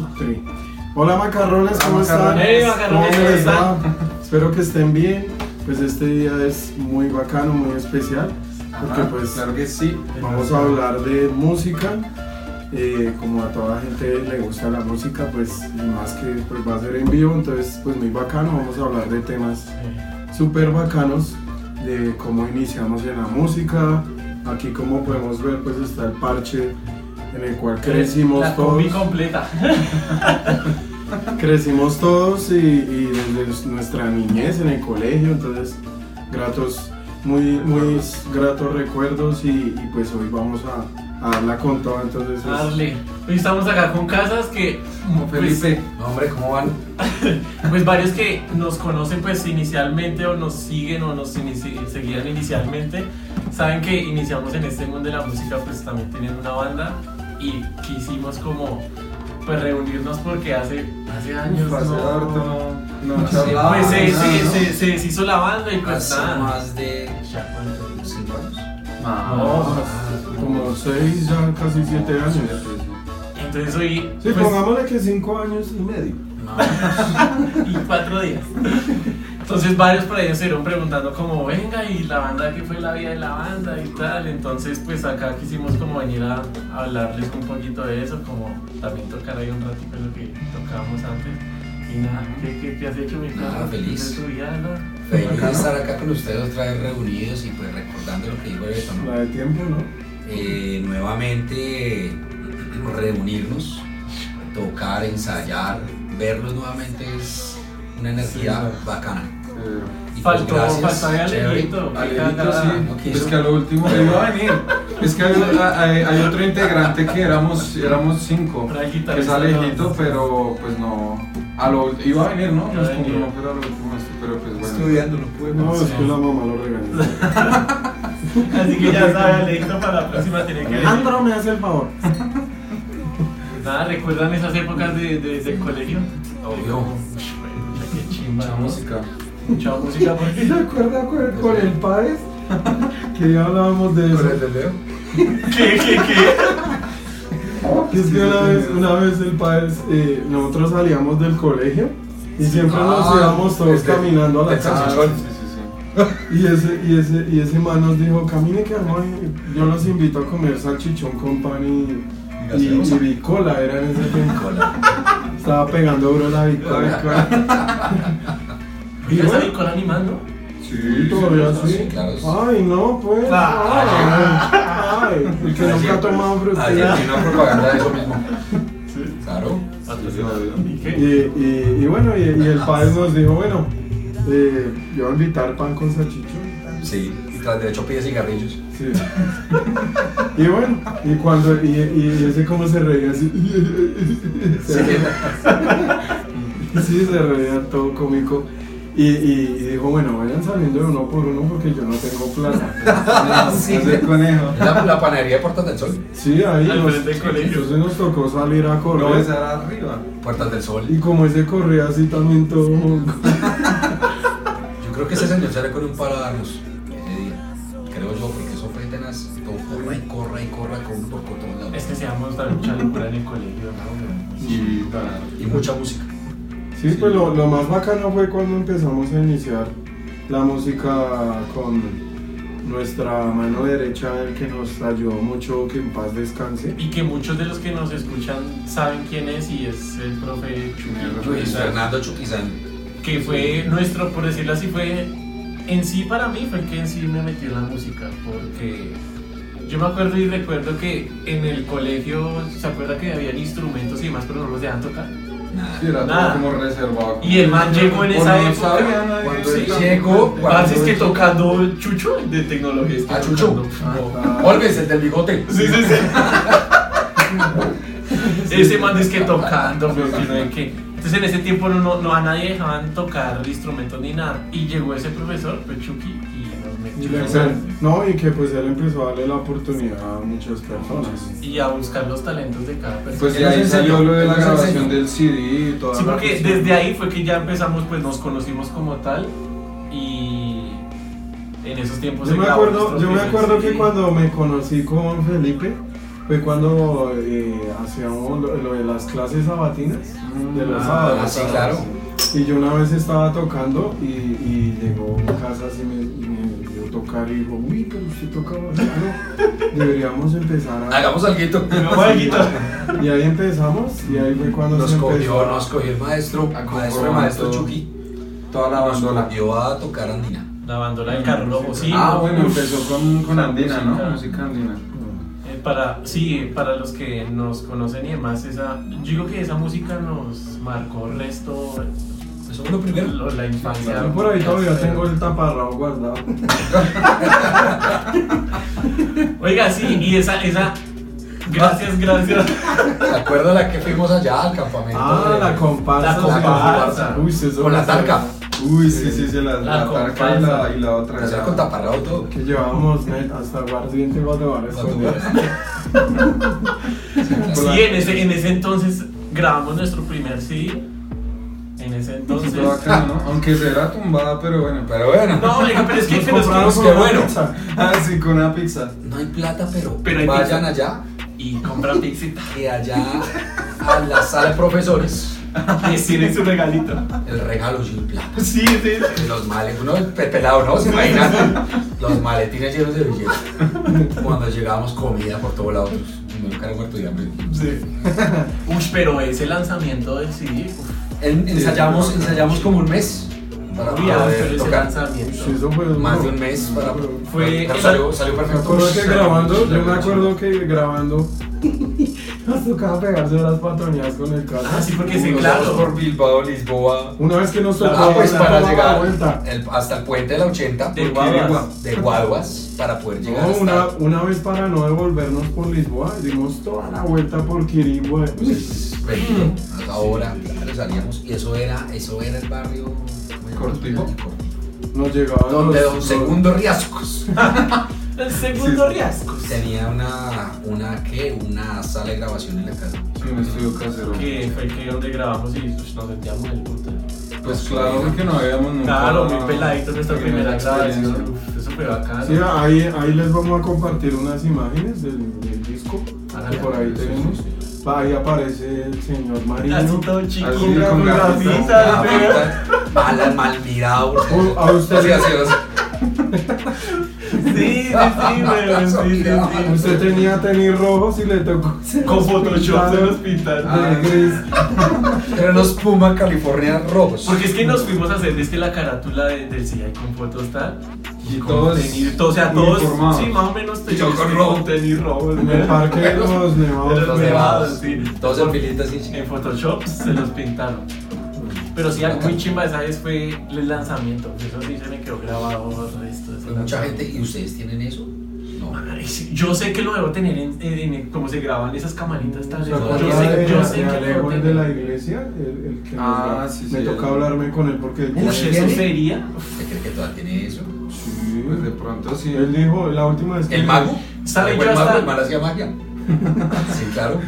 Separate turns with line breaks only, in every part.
Madre. Hola macarrones, ¿cómo están?
macarrones. Hey, macarrones,
¿Cómo
¿cómo
les va?
están?
Espero que estén bien. Pues este día es muy bacano, muy especial, porque
Ajá,
pues
claro que sí.
vamos a hablar de música. Eh, como a toda gente le gusta la música, pues y más que pues, va a ser en vivo, entonces pues muy bacano, vamos a hablar de temas súper bacanos, de cómo iniciamos en la música. Aquí como podemos ver pues está el parche en el cual crecimos
la
todos.
combi completa.
Crecimos todos y, y desde nuestra niñez en el colegio, entonces gratos, muy, muy gratos recuerdos y, y pues hoy vamos a, a darla con todo, entonces es-
Darle. Hoy estamos acá con casas que,
Como Felipe. No, hombre, ¿cómo van?
pues varios que nos conocen pues inicialmente o nos siguen o nos inici- seguían inicialmente, saben que iniciamos en este mundo de la música pues también teniendo una banda y quisimos como pues reunirnos porque hace, hace años
Uf, hace
no-
harto, no, no,
Sí,
chao.
va.
Pues se,
Ah,
se-
no.
se- se deshizo la banda y pues
Hace
nada.
más de
Ya, ¿cuánto?
5 años.
No, Ah, como seis, ya casi siete años.
Entonces hoy
Sí,
pues,
pongámosle que cinco años y medio.
y cuatro días. Entonces varios por ahí estuvieron preguntando como, venga, y la banda, ¿qué fue la vida de la banda y tal? Entonces pues acá quisimos como venir a a hablarles un poquito de eso, como también tocar ahí un ratito lo que tocábamos antes. Y nada, ¿qué, qué te has hecho, mi
Nada,
casa?
feliz.
¿De tu vida, no?
Feliz de estar acá con ustedes otra vez reunidos y pues recordando lo que digo de
La de tiempo, ¿no?
Eh, nuevamente reunirnos, tocar, ensayar, verlos nuevamente es una energía
Sí,
bacana. Y pues,
Faltó,
gracias,
faltó ahí
chévere.
Alejito. qué
Alejito,
cagada.
no
sí.
quiso.
Es que a lo último no iba a venir. Es que hay, hay- hay otro integrante que éramos, éramos cinco.
Por ahí el
Que es
guitarrista,
Alejito,
¿no?
pero pues no. A lo, ult- iba a venir, ¿no?
Iba a
Nos
venir.
confirmó, pero a lo último, esto, pero pues bueno.
no
No,
podemos.
es que la mamá lo regañó.
Así que ya sabe, Alejito, para la próxima tiene que venir.
Alejandro, me hace el favor.
Nada, ¿recuerdan esas épocas de, de- del colegio?
Obvio.
Qué chimba,
Mucha
¿no?
música.
Mucha música, porque
¿Se acuerda con, con el Páez? Que ya hablábamos de eso.
de Leo?
¿Qué, qué, qué?
Que es que una vez, una vez el Páez, eh, nosotros salíamos del colegio y siempre nos
Ah,
íbamos todos
este,
caminando a la
el
casa.
salchichón.
sí, sí, sí.
Y ese, y, ese, y ese man nos dijo, camine que no hay- yo los invito a comer salchichón con pan y, y,
gaseosa.
y bicola, era en ese tiempo.
Hola.
Estaba pegando duro la bicola.
¿Y esa Nicola animando?
Sí, todavía
sí,
sí.
claro.
Ay, no, pues.
Ah.
Ay, ay, el que nunca ha tomado
Ayer
frutilla.
vi una propaganda de eso mismo.
Sí.
Claro.
¿Y
Y,
qué?
y, y bueno, y, y el padre nos dijo, bueno, eh, yo voy a invitar pan con salchichón.
Sí. Y tras de hecho pide cigarrillos.
Sí. Y bueno, y cuando, y, y, y ese como se reía así. Se reía. Sí, se reía todo cómico. Y, y, y dijo, bueno, vayan saliendo de uno por uno porque yo no tengo plata.
Sí.
Ese conejo.
La, la panadería de Puertas del Sol.
Sí, ahí
Al
nos,
frente del colegio.
entonces nos tocó salir a
No,
correr.
esa era arriba.
Puertas del Sol.
y como ese corría así también todo monco.
Yo creo que ese señor sale con un paladarnos ese día. Creo yo, porque eso fue tenaz. Todo corra y corra y corra con un poco todos lados.
Es que se ha mostrado mucha locura en el colegio, ¿no?
Y para.
Y mucha música.
Sí, pues lo, lo más bacano fue cuando empezamos a iniciar la música con nuestra mano derecha, el que nos ayudó mucho, que en paz descanse.
Y que muchos de los que nos escuchan saben quién es y es el profe
Luis
Chuquillo.
Fernando Chuquizán.
Que fue nuestro, por decirlo así, fue en sí para mí, fue el que en sí me metió en la música. Porque yo me acuerdo y recuerdo que en el colegio, ¿se acuerda que habían instrumentos y demás, pero no los dejaban tocar?
Nada.
Sí, era
Nada.
todo como reservado.
Y el man llegó en
O
esa
no
época.
sabía nadie.
Cuando
Sí.
él llegó,
Parce,
cuando
es que
él-
tocando Chucho de tecnología. es que
Ah, Chucho.
tocando, no.
Olves, el del bigote.
Sí, sí, sí. Ese man es que tocando, pero que no hay que. Entonces en ese tiempo no, no, no a nadie dejaban tocar instrumentos ni nada. Y llegó ese profesor, pues Chucky, y nos
Y
metió.
le
en
empezó- no, y que pues él empezó a darle la oportunidad a muchas personas.
la- Y a buscar los talentos de cada persona.
Pues
Él
de
nos
ahí
enseñó,
salió lo de
él
la
nos
grabación
enseñó.
del CD y toda
Sí,
la
porque
cuestión.
desde ahí fue que ya empezamos, pues nos conocimos como tal. Y en esos tiempos
Yo
se
me
grabó
acuerdo,
nuestros
yo me
primeros
acuerdo que
CD.
cuando me conocí con Felipe, fue cuando eh, hacíamos lo, lo de las clases sabatinas. De los
Ah,
sábados.
Mm, sí, claro.
Y yo una vez estaba tocando y, y llegó a casa así me, y me vio tocar y dijo, uy, pero usted toca bastante. Deberíamos empezar a...
Hagamos algo.
Y ahí empezamos y ahí fue cuando
Nos
se
cogió,
empezó.
nos cogió el maestro,
A
maestro,
comprobar
maestro
todo.
Chucky.
Toda la
Nos
bandola.
cogió a tocar andina.
La bandola del carro loco, sí.
Ah,
no,
bueno,
uf.
empezó con, con Andina, ¿no?
Música.
Música Andina.
Eh, para, sí, para los que nos conocen y demás, esa, yo digo que esa música nos marcó el resto,
Eso fue lo primero.
lo- la infancia.
Yo por ahí todavía tengo el taparrabo guardado.
Oiga, sí, y esa, esa, gracias, gracias.
¿Se acuerda la que fuimos allá al campamento?
Ah,
de-
la comparsa.
La comparsa.
Uy, sí, eso
Con la
me sabe.
tarca.
Uy, sí, sí, sí, la,
Eh, La
la tarca y la, y la otra.
Traer con taparrado todo.
Que llevábamos net hasta guardiente para tomar
Cuando
esto.
tú veas.
Sí, en ese, en ese entonces grabamos nuestro primer CD. En ese entonces.
Todo acá, ¿no? Aunque será tumbada, pero bueno.
Pero bueno.
No, oiga, pero es que, pero es que-
Compramos
qué
una
bueno.
pizza.
Ah, sí, con una pizza.
No hay plata, pero,
Pero hay
vayan
pizza.
allá
Y compra pixita.
que allá a la sala de profesores
Y tiene su regalito.
el regalo es el plata.
Sí, sí.
Los males, uno el pe- pelado, ¿no? Se imaginan los maletines llenos de billetes. Cuando llegábamos comida por todos lados, me cara muerto de hambre.
Uy, pero ese lanzamiento del CD. uf,
En- ensayamos, ensayamos como un mes para
uy, ah,
poder
pero ese
tocar.
lanzamiento.
Sí, eso fue
Más de
duro.
un mes para
Fue-
pero salió, salió
Me
perfecto.
acuerdo que grabando, yo me acuerdo que grabando nos tocaba pegarse las patoneadas con el carro.
Ah, sí, porque
Uy,
sí,
nos vamos
claro.
por Bilbao, Lisboa.
Una vez que nos tocó
Ah, pues
la toma
para
la
llegar Eh,
vuelta.
el- hasta el puente de la 80
De
de,
Guaguas.
Guaduas para poder llegar
No,
hasta
una, una vez para no devolvernos por Lisboa, dimos toda la vuelta por Quirigua.
pues, Bello,
Mm.
hasta ahora claro, salíamos y eso era, eso era el barrio bueno,
Cortijo.
el Cortijo,
Nos llegaba
Donde
los-
don
los-
Segundo Riascos
El segundo riasco.
tenía una, una, ¿qué? Una sala de grabación en la casa.
Sí, un estudio casero.
Que fue que donde grabamos y ush, nos sentíamos el puto.
Pues claro, porque no habíamos nunca.
Claro, muy peladito nuestra primera
Ah. experiencia.
grabación. Uf, Eso fue bacano.
Sí, ah, ahí, ahí les vamos a compartir unas imágenes del, del disco que
Hágale.
por ahí tenemos. Ahí aparece el señor
Así
Marino.
todo chiquito,
Así,
con
con
gafitas,
gafitas.
vea.
Ah, Mala, mal mirado.
Uh, a usted-
Sí, así, así.
Sí, sí, sí, weón, sí, sí, sí.
Usted tenía tenis rojos y le tocó.
Con Photoshop se los
Ah.
pintaron.
De gris.
Eran los Puma California rojos.
Porque es que nos fuimos a hacer es que la carátula de- del CI con fotos tal.
Y todos.
Tenis, o sea, todos.
uniformados.
Sí, más o menos tenis.
Yo con
sí,
rojo.
Tenis rojo.
En el
¿no?
parque de los nevados.
los
Los
nevados,
nevados, sí.
todos en filitas y
En Photoshop se los pintaron. Pero sí, algo muy chimba esa vez fue el lanzamiento. Pues Eso sí se me quedó grabado el resto. de ese
Fue mucha
lanzamiento.
gente y ustedes tienen eso. No.
Ay, sí, Yo sé que lo debo tener en, en- en- como se graban esas camaritas tal.
¿Se
Yo
acuerda
sé,
de,
yo
de
sé que lo
Alejo, el
debo
de la
tener.
iglesia? El, el que nos
Ah,
da-
sí, sí,
Me
el-
toca hablarme con él porque. pues,
la
Ush, eso
tiene?
sería.
¿Usted cree que todavía tiene eso?
Sí.
Pues de pronto sí.
Él dijo la última vez que.
¿El mago?
¿Sabe
¿El
yo
buen mago?
hasta-
¿El mal hacía magia? Sí, claro.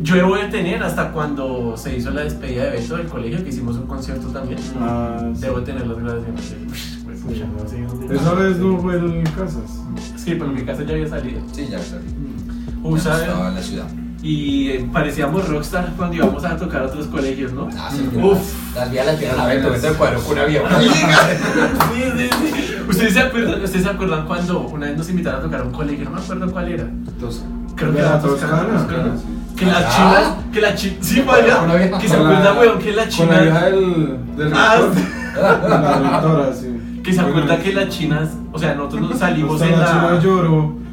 Yo debo de tener hasta cuando se hizo la despedida de Beto del colegio, que hicimos un concierto también.
Ah, sí.
Debo de tener las grabaciones. Ush, pues, pucha, no sé dónde-
Esa vez no fue el Casas.
Sí, pero en mi casa ya había salido.
Sí, ya está.
Uy,
Ya no
¿sabe?
Estaba en la ciudad.
Y eh, parecíamos rockstar cuando íbamos a tocar a otros colegios, ¿no?
Ah, sí,
Uf.
Las vías las tienen a ver, te metes cuadro con una vía.
Sí, sí, sí. ¿Ustedes se acuerdan, ustedes se acuerdan cuando una vez nos invitaron a tocar a un colegio? No me acuerdo cuál era.
Entonces,
Creo que
De
era
la Toscana,
Toscana. Toscana.
claro, sí.
Que la
Ah.
china, que la china, sí,
Con la
vaya,
vieja.
que se
Con la-
acuerda, weón, que la
con la vieja
china,
del, del
Ah,
rector.
sí.
La doctora, sí.
que se
Bueno,
acuerda que las chinas, o sea, nosotros nos salimos
Hasta
en
la china
la...
lloró.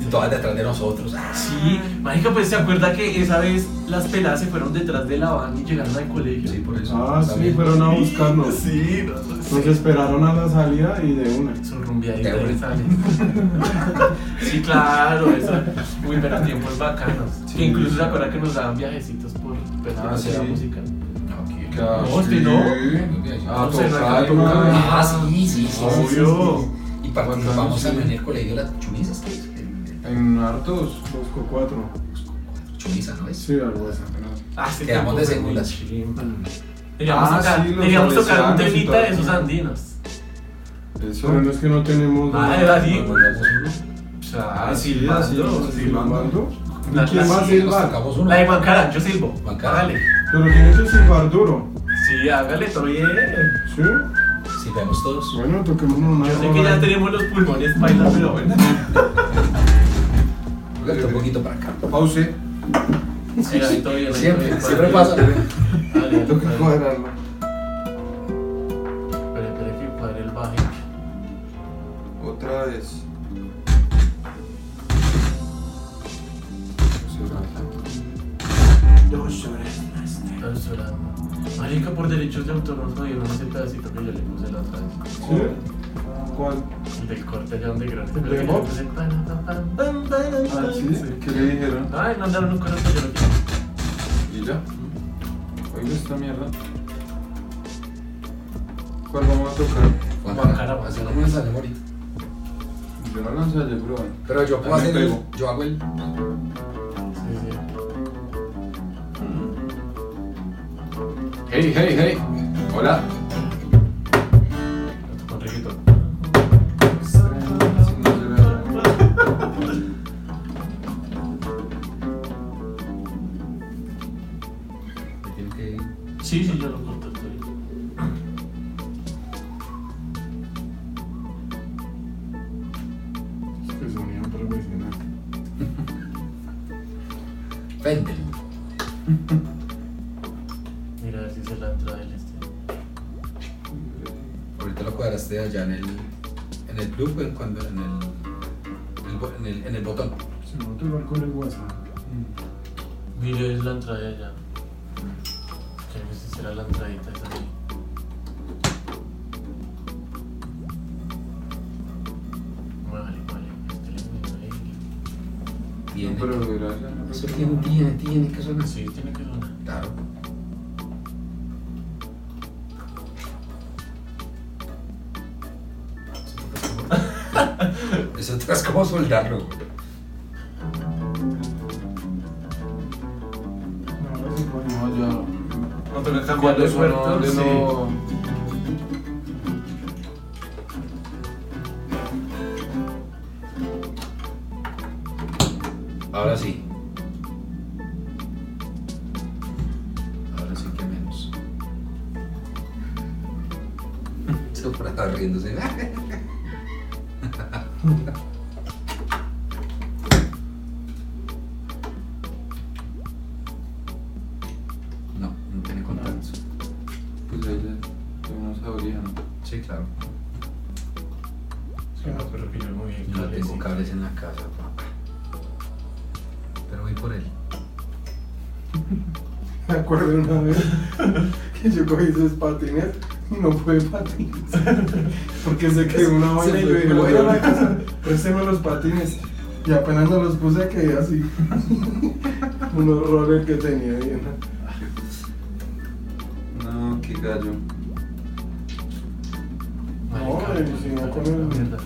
Y todas detrás de nosotros. Ah,
Sí, marica, pues se acuerda que esa vez las peladas se fueron detrás de la van y llegaron al colegio.
Sí, por eso.
Ah, sí,
También.
fueron a buscarnos.
Sí, no, no
Nos
sé.
esperaron a la salida y de una.
Su rumbiadita
Te
de
aburre.
sales. sí, claro, eso. Uy, pero tiempos bacanos.
Sí.
Que incluso se acuerda que nos daban viajecitos por pues, pero
Ah,
no
sí.
era música.
No, aquí.
No, usted no.
Ah,
No se
tocar,
la acaba
man.
de tocar.
Ah, sí, sí, sí. sí, sí.
Obvio.
Y participamos también en el colegio de las chumisas, que es el-
En hartos.
Busco cuatro.
el- chumisa, ¿no es?
Sí, algo así.
Ah, ese
Quedamos
tiempo
de
fue muy
segundas.
chimba. Deberíamos
Ah,
tocar,
sí, los
deberíamos tocar un
salesianos y
temita
todo.
de esos andinos.
Eso.
Pero no es que no tenemos.
Ah, era así.
Nos mandamos uno.
Pues,
Ah, sí,
silbando,
sí,
silbando. ¿Y
La-
quién
la
va a
sí,
Nos
silbar?
sacamos
La de
una.
Mancara, yo silbo.
Mancara.
Hágale.
Pero tiene que silbar duro.
Sí, hágale, todo bien.
¿Sí?
Si vemos todos.
Bueno, toquemos una
Yo sé que ya
rola.
tenemos los pulmones bailando, pero bueno.
Vuelta un poquito para acá.
Pause.
Sí, ahí todo bien, ahí todo
Siempre,
bien.
siempre pasa.
Dale, dale,
Toca
dale.
cuadrarla.
Pero espera que cuadre el baje.
Otra vez.
Dos horas.
Claro, eso era- Marica, por derechos de autor nos jodieron ese pedacito que yo le puse la otra vez.
¿Sí? ¿Cuál?
El del corte allá donde grande.
¿El de Bob? Ah, sí.
¿Qué le dijeron?
Ay, no andaron un corte, yo lo quiero.
¿Y ya? Oiga pues, esta mierda. ¿Cuál vamos a tocar?
Guacara,
Así
guacara.
no me sale morir.
Yo la lanzo de bro.
Pero yo puedo
Ahí me
hacer el.
pego.
Yo hago el.
Sí, sí.
Hey, hey, hey. Hola.
Lo tocó en reggaetón.
Tiene que.
Sí, sí, yo lo corto. estoy-
Este sonido profesional.
Vente.
Mira a ver si se la entra el este.
Ahorita lo cuadraste allá en el. En el club, en cuando. En el. en el bo- En el, en el botón.
Si no te va con el WhatsApp.
Mira, es la entrada de allá. Creo que sí será la entradita esa ahí. Vale, vale. Este le pongo ahí.
Tiene.
Pero gracias. no
Eso
creo que-
tiene, tiene, tiene que sonar.
Sí, tiene que sonar.
Claro. Eso te es como soldarlo, güey.
No, sí, bueno.
No, ya.
No toca cambiar
Cuando
de
suena,
puerto,
yo
sí.
no.
Ahora sí. Ahora sí que menos. Se está riéndose. No, no tiene contacto.
Pues ahí ya. Yo no sabría, ¿no?
Sí, claro.
Sí, no, pero que yo muy bien.
No
cable,
tengo
sí.
cables en la casa, papá. Pero voy por él.
Me acuerdo una vez que yo cogí esos patines y no fue patines. Porque se quedó una vaina y yo dije, voy a la casa, présteme los patines. Y apenas me los puse quedé así. Unos rollers que tenía ahí. ¿no?
No, qué gallo.
Marica,
No,
ahorita
si no
está
con
la
el-
mierda.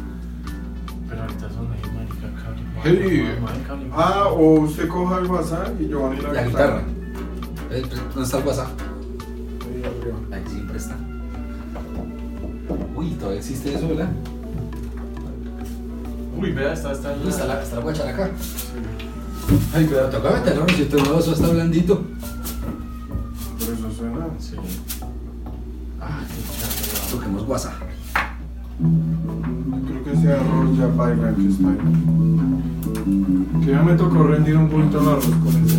Pero ahorita son ahí, marica, cable.
Hey.
marica, cable.
Ah, o usted coja el WhatsApp y yo van a ir a
La guitarra. Eh, pues, ¿Dónde está el WhatsApp?
Ahí arriba.
Ahí siempre está. Uy, todavía existe eso, ¿verdad?
oh, Uy, vea, está, está,
¿Dónde está la, está la guachara acá?
Ay, cuidado.
Toca meterlo, si este nuevo eso está blandito.
Por eso suena.
Sí.
Ah,
Ya, ya,
toquemos WhatsApp.
Creo que ese error ya baila que está ahí. Que ya me tocó rendir un punto largo con ese.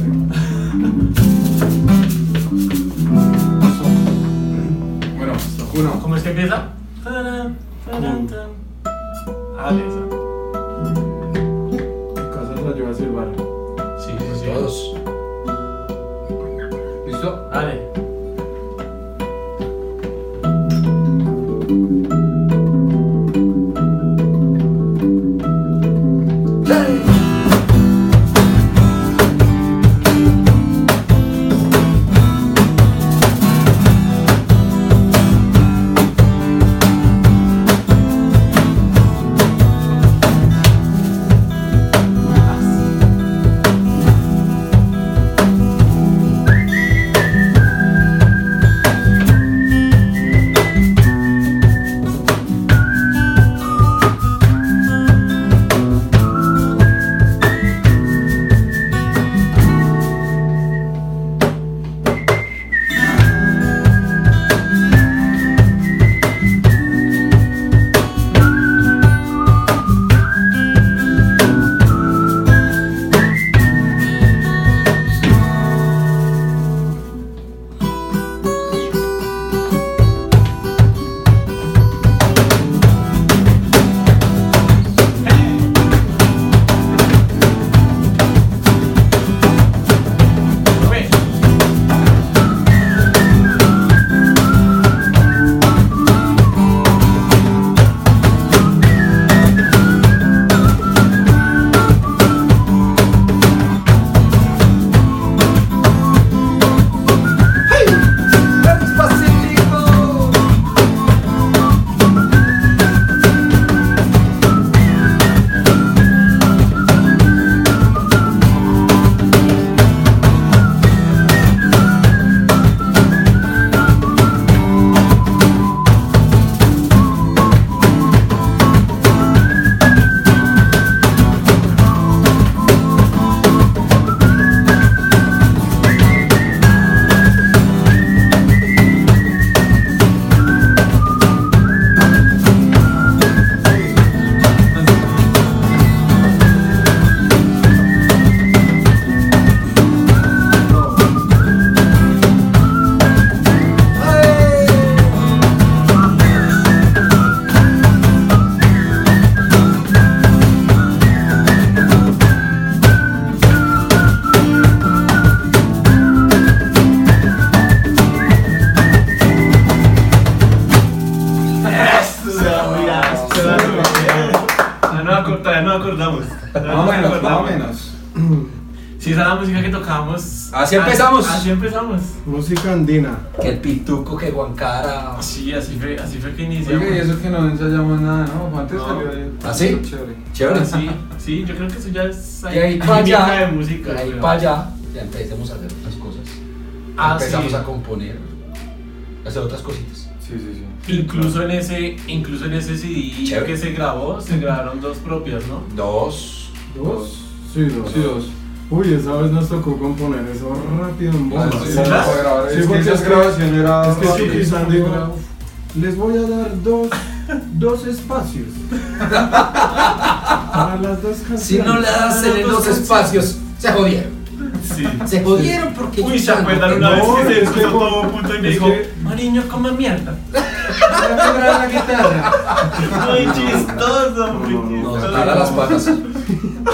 Bueno,
ya.
Uno.
¿Cómo es que empieza? Tarán, tarán, tan. Dale, esa.
Casas ayuda a silbar.
Sí, sí, sí.
Pues Todos.
¿listo?
Dale.
Uno, dos, tres, cuatro, cinco, seis, siete, ocho, nueve, diez.
Ah,
acu- todavía no acordamos. Todavía
Más o
nos
menos, más o
acordamos.
menos.
Sí, esa era la música que tocábamos.
Así empezamos.
Así empezamos.
Música andina.
Que el pituco, que Guancara.
Sí, así fue, así fue que iniciamos.
Oiga, y eso que no ensayamos nada, ¿no? Juan, antes
No.
salió ahí.
¿Ah, sí?
Chévere.
Chévere.
Sí, sí, yo creo que eso ya es
De ahí para
química
allá.
de música.
de ahí
weón.
para allá. Ya empecemos a hacer otras cosas.
Ah,
empezamos
sí.
a componer. a hacer otras cositas.
Sí, sí, sí.
Incluso en ese, incluso en ese CD
Chévere.
que se grabó, se grabaron dos propias, ¿no?
Dos.
¿Dos? Sí, dos.
Sí, dos.
Uy, esa vez nos tocó componer eso rápido en
Ah,
bomba.
sí,
¿sí?
la puedo grabar.
Sí,
Es que
porque
esas
es que-
grabaciones era
Ah, Es que
rápido.
Chucky San dijo, les voy a dar dos, dos espacios. Para las dos canciones.
Si no le das
Eran
en
dos
los
canciones.
espacios, se jodieron.
Sí.
Se jodieron porque.
Uy, se
ya no
acuerdan
tengo-
una vez que
es
se
que
despuso
por-
todo puto y me
es
dijo,
que-
Mariño, come mierda.
la guitarra.
Muy chistoso, muy
No, no, no,
Nos
chistoso.
para las patas.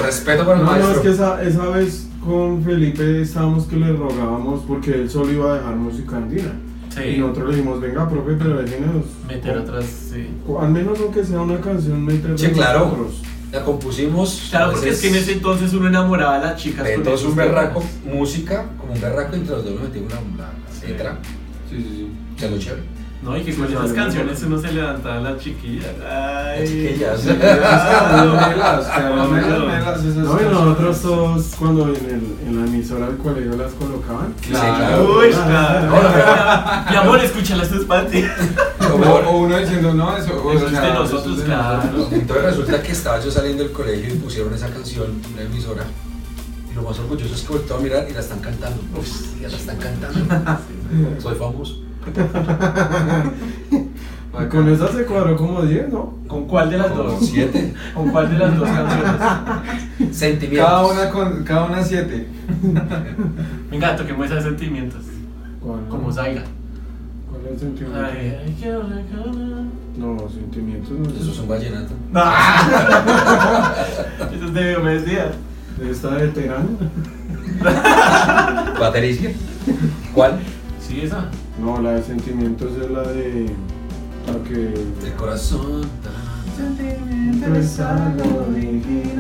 Respeto para el
No, no, es
maestro.
que esa, esa vez con Felipe estábamos que le rogábamos porque él solo iba a dejar música andina. Y
Sí,
nosotros le dijimos, venga, profe, pero déjenos.
meter otras, sí.
o Al menos aunque sea una canción, meterla
Sí, claro.
nosotros.
La compusimos. pues,
Claro, porque es que en ese entonces uno enamoraba a las chicas. con
Entonces
esos
un berraco,
temas.
música, como un berraco, entre los dos le metimos una, una
Sí.
letra.
Sí, sí, sí.
Se lo chévere.
No, y que con
Sí,
esas
sí.
canciones uno se levantaba a las chiquillas. Ay,
Las chiquillas.
sí,
Caramelas,
caramelas.
caramelas, esas
No, y
cosas.
nosotros todos, cuando en, el- en la emisora del colegio las colocaban,
Sí, claro.
Uy, claro. Mi amor, escúchala, esto es para ti.
O,
Como-
o uno diciendo, no, eso, o
Eso es de
sea,
nosotros,
eso es de
claro.
Entonces resulta que estaba yo saliendo del colegio y pusieron esa canción en una emisora. Y lo más orgulloso es que volteo a mirar y la están cantando. Uf, ya la están cantando. Soy famoso.
y con esa se cuadró como 10, ¿no?
¿Con cuál de las
Como
dos?
siete.
¿Con cuál de las dos canciones?
Sentimientos.
Cada una, con, cada una siete.
Venga, toquemos esas sentimientos.
¿Cuál,
Como salga.
¿Cuál es el sentimiento?
Ay, ay, qué bacana.
No, sentimientos no
Eso es un vallenato.
Ah. Eso es de Diomedes Díaz.
Esta de Terán.
¿Baterista? ¿Cuál?
Sí, esa.
No, la de sentimientos es la de. La que.
El corazón. tan-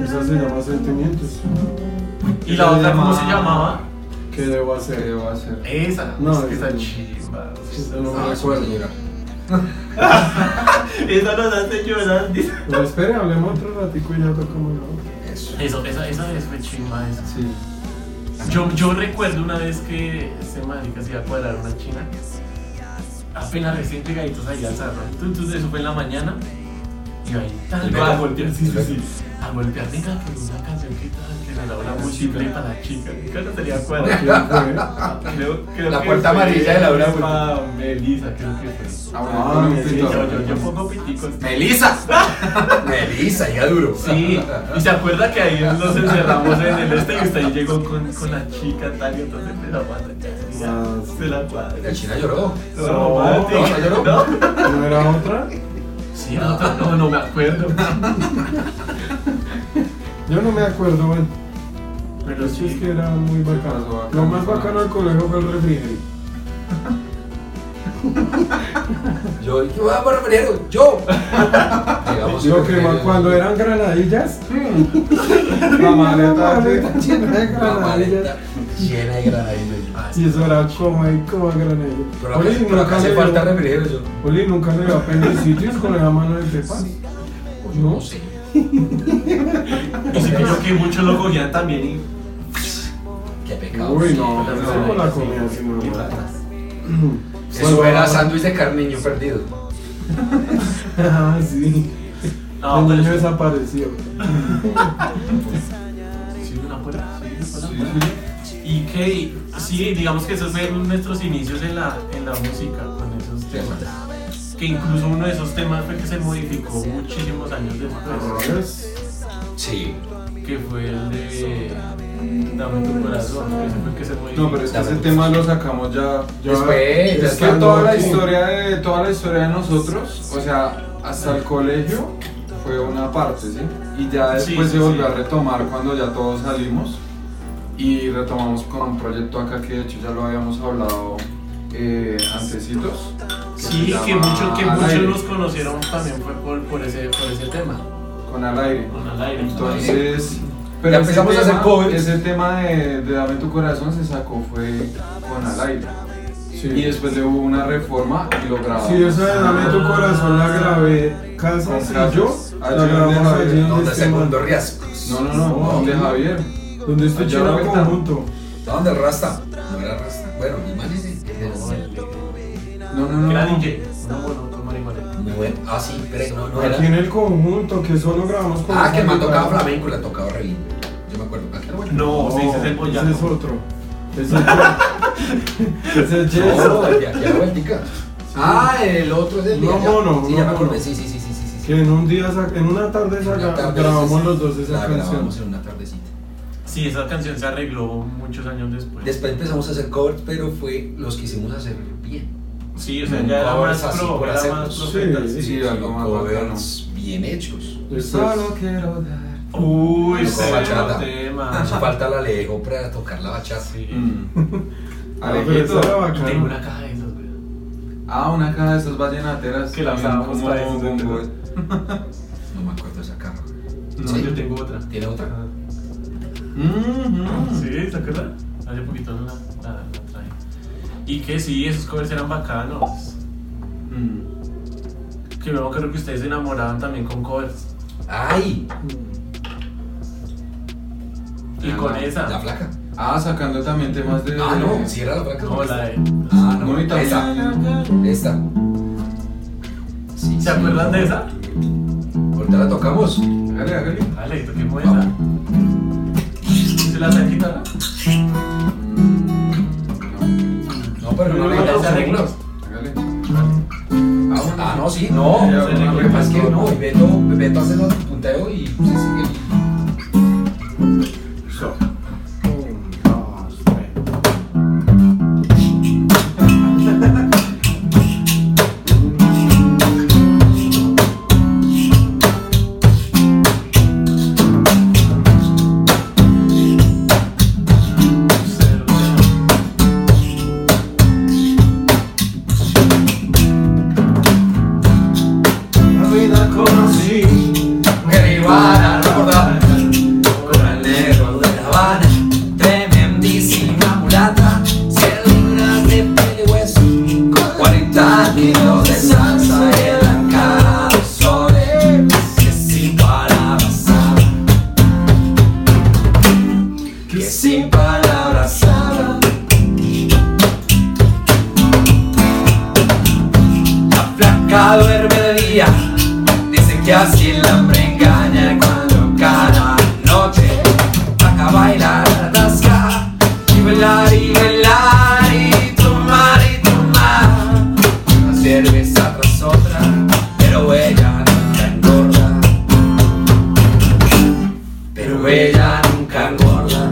Esa se llama sentimientos.
¿Y la otra cómo se llamaba?
¿Qué debo
¿Qué
hacer?
debo hacer?
Esa.
No,
es que
esa
esa
no.
chimba.
Esa no.
Ah, eso es llorar.
Esa nos hace llorar. dice.
Pero Pues espere, hablemos otro ratico y ya tocamos la otra.
Eso.
Eso, esa, esa es fue chimba. Esa.
Sí.
Yo, yo recuerdo una vez que ese marica se iba a cuadrar una china. Apenas recién pegaditos allá al cerro. Entonces eso fue en la mañana. Y ahí tal
El
cual, a
metal.
golpear, sí, sí,
El
sí. A golpear, venga, que una canción que tal, que la hora múltiple para la chica. Nunca no sería
¿Para
cuadrar.
quién fue?
Creo, creo
La
que
puerta
fue
amarilla de la hora múltiple.
para Melissa, creo que fue.
Ah,
Ah,
bueno, un
sí,
Sí,
pito.
yo, yo, yo pongo piticos.
¡Melisa! ¡Melisa, ya duro!
Sí, y se acuerda que ahí nos encerramos en el este y usted ahí llegó con, con la chica tal y entonces empezó a matar.
Ah,
Se la cuadra.
La china lloró.
No, romántica,
no,
¿no?
¿No era otra?
Sí, no, no, no me acuerdo.
Yo no me acuerdo, bueno.
Pero
Pero sí es
sí,
que era muy bacano. Lo más bacano del colegio fue el refrigerio.
Yo, yo, ah, barbarero, yo. Llegamos
Lo
al
que
primer-
más cuando eran granadillas.
La maleta, sí.
llena de
La maleta
granadillas.
llena de granadillas.
Y eso era como y como granadillas.
Pero acá,
Oli,
pero acá
nunca
hace
le-
falta refrigerio, yo.
Oli nunca le da sitios con la mano de Pepán.
Pues no sé.
y sí creo que muchos lo cogían también y,
Qué pecado.
Uy,
sí.
no,
las
pero
granadillas,
no la comida
sí,
así
y
normal.
ratas.
Eso era sándwich de carniño perdido.
Ah, sí.
No,
el
pero
niño
es
desapareció.
sí, una puerta. Sí, una
Sí,
puerta. Y que, sí, digamos que esos fueron nuestros inicios en la, en la música con esos temas. Que incluso uno de esos temas fue que se modificó muchísimos años después,
Errores.
Sí.
que fue el de Dame tu corazón, que ese fue el que se modificó.
No, pero es que ese tema lo sacamos ya. ya-
Después, ya
es que
estando
toda la
aquí.
historia de toda la historia de nosotros, o sea, hasta el colegio fue una parte, ¿sí? Y ya
Sí,
después
sí,
se volvió
sí.
a retomar cuando ya todos salimos y retomamos con un proyecto acá que de hecho ya lo habíamos hablado eh, antecitos.
Sí,
se
que
llama
muchos que
Al
muchos
aire.
nos conocieron también fue por, por, ese, por ese tema.
con al aire.
Con al aire.
Entonces,
Ya
ese
empezamos a hacer
tema-
covers.
Ese tema de, de Dame tu corazón se sacó fue con al aire.
Sí.
Y después le hubo una reforma y lo grabamos.
Sí, esa de Dame tu corazón la grabé Casas
Con
y yo.
Casas.
La
Ayer
grabamos
de
allí en
Javier.
Donde
este
segundo
man,
riasco.
No, no, no,
No.
de Javier.
Donde este
Allá
chino
la vuelta.
conjunto.
¿Dónde el rasta? No era rasta. Bueno, mi man es el-
No, no, no.
Era
no.
DJ. No, bueno, con marihuana.
No era- Ah, sí, pero no, no era.
Aquí en el conjunto, que solo grabamos con.
Ah, que el man
Juan
tocaba
Gabriel.
flamenco y la tocaba re lindo. Yo me acuerdo. Ah, que era bueno.
No, sí, ese es el
ese es
boyaco.
otro. Ese es otro. Ese es
No,
Jason.
el de aquí a la vueltica. Ah, el otro es el de
No,
allá.
mono,
Sí,
no,
ya me acordé.
mono.
Sí, sí, sí, sí, sí, sí, sí.
Que en un día, sa- en una tarde, sa-
Una tarde,
grabamos
sí,
los dos esa
la
canción.
grabamos en una tardecita.
Sí, esa canción se arregló muchos años después.
Después empezamos a hacer covers, pero fue los que hicimos hacer bien.
Sí, o sea,
Un
ya era
covers
más
así
pro,
por
era
hacer,
más
pues,
profeta.
sí.
Sí, algo más bacano.
Covers bien hechos.
Después,
Pues quiero dar.
Uy,
Con
severo
bachata.
tema.
Hizo falta la Alejo para tocar la bachata.
Sí.
Mm.
Ah, pero esa
Alejito.
era
Yo Tengo
bacana.
una caja de esas, güey.
Ah, una caja de Ah, esas vallenateras.
Que la
también
usábamos
como
para eso,
bongos.
No me acuerdo de esa caja.
No,
Sí.
yo tengo otra. Ah.
¿Tiene otra?
Ajá.
Mhm.
Sí, ¿te acuerdas? Hace poquito la, la, la traje. Y que sí, esos covers eran bacanos.
Mm.
Que yo creo que ustedes se enamoraban también con covers.
¡Ay!
Y
Ah,
con
la-
esa.
La flaca.
Ah, sacando también temas de.
Ah, no, si era la flaca.
No, la de.
Ah, no,
No, y también-
esa. Esta. Sí,
¿Se acuerdan de esa?
Ahorita la tocamos.
Hágale, hágale.
Dale, toqué buena. ¿Se la saqué guitarra?
No, pero no
Pero
le
ya
damos
se arregló.
algunos.
Hágale.
Ah, no, sí, no.
Ya,
Lo
bueno,
que pasa es que no. Y Beto, Beto hace los punteo y se sigue.
So. Un, dos, tres.
Cero, cero.
La vida conocí.
Caribana, roda, corralero de La Habana, tremendísima mulata, cien libras de pelo y hueso, con 40 kilos de salsa en la cara, dos soles, que sin palabras habla, que sin palabras habla. La flaca duerme de día, dice que así el hambre engaña cuando cada noche saca a bailar a la tasca y bailar y bailar y tomar y tomar una cerveza tras otra, pero ella nunca engorda, pero ella nunca engorda.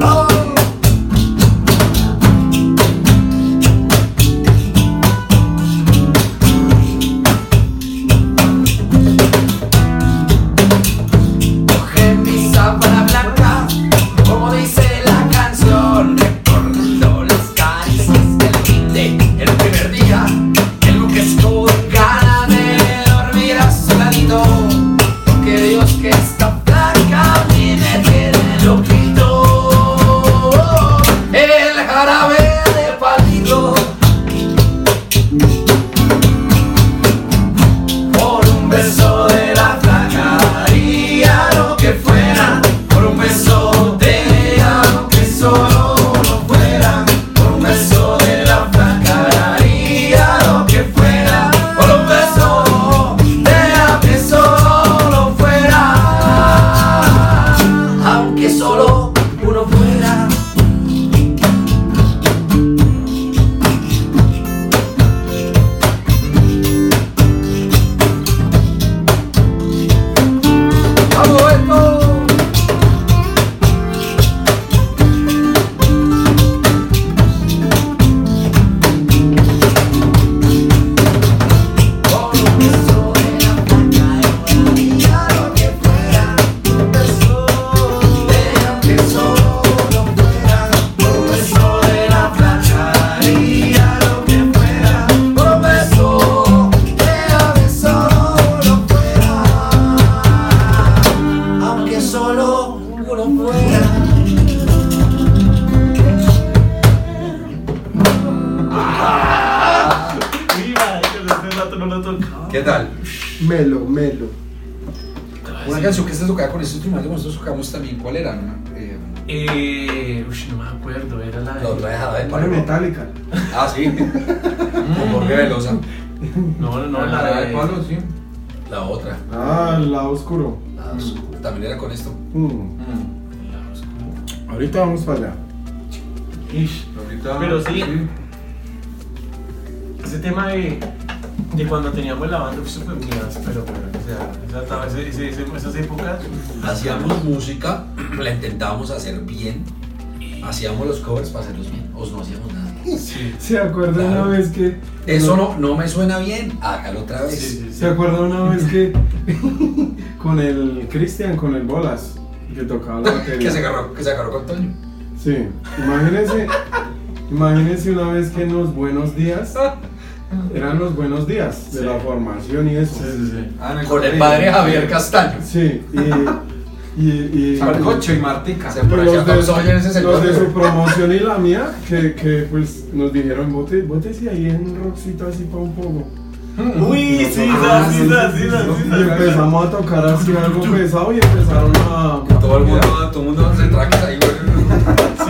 Oh.
Mira, que desde hace rato no lo tocaba.
¿Qué tal?
Melo, melo.
Una canción que se tocaba con esos instrumentos que nosotros tocamos también, ¿cuál era? Eh,
Eh, uy, no me acuerdo, era la
la otra
de...
dejada de
Vale,
palo.
Metallica.
Ah, sí. Con
Mm.
Jorge Velosa.
No, no, no, la
Dejada
de...
de palo, Ah, sí.
La otra.
Ah, el lado oscuro.
La dos. También era con esto.
Mm.
Mm.
La oscura.
Ahorita vamos para allá.
Ish.
Ahorita,
Pero sí. Ese tema de, de cuando teníamos la banda, pues fue mías, pero bueno, o sea, esa etapa, ese- ese- ese- esas épocas.
Hacíamos música, la intentábamos hacer bien. Hacíamos los covers para hacerlos bien. O no hacíamos nada.
Sí.
¿Se acuerda
Claro.
una vez que...
Eso no, no me suena bien. Hágalo otra vez.
Sí, sí, sí.
¿Se acuerda una vez que con el Cristian, con el Bolas, que tocaba la batería?
Que se agarró, que se agarró con Toño.
Sí, imagínense, imagínense una vez que en los buenos días, eran los buenos días de
Sí.
la formación y eso.
Sí, sí, sí.
Ah, en
Con el
colegio.
padre Javier Castaño.
Sí, y... y, y
Sancocho y Martica.
Se
y
por allá
los,
todos oyen ese
de, los de su
señor.
promoción y la mía, que, que pues nos dijeron, bote, bótese ahí en un rockcito así para un poco.
Uy, sí,
Ah,
sí, sí, sí, sí, sí,
Y empezamos a tocar así algo pesado y empezaron a...
Todo el mundo, todo el mundo se traques ahí, güey.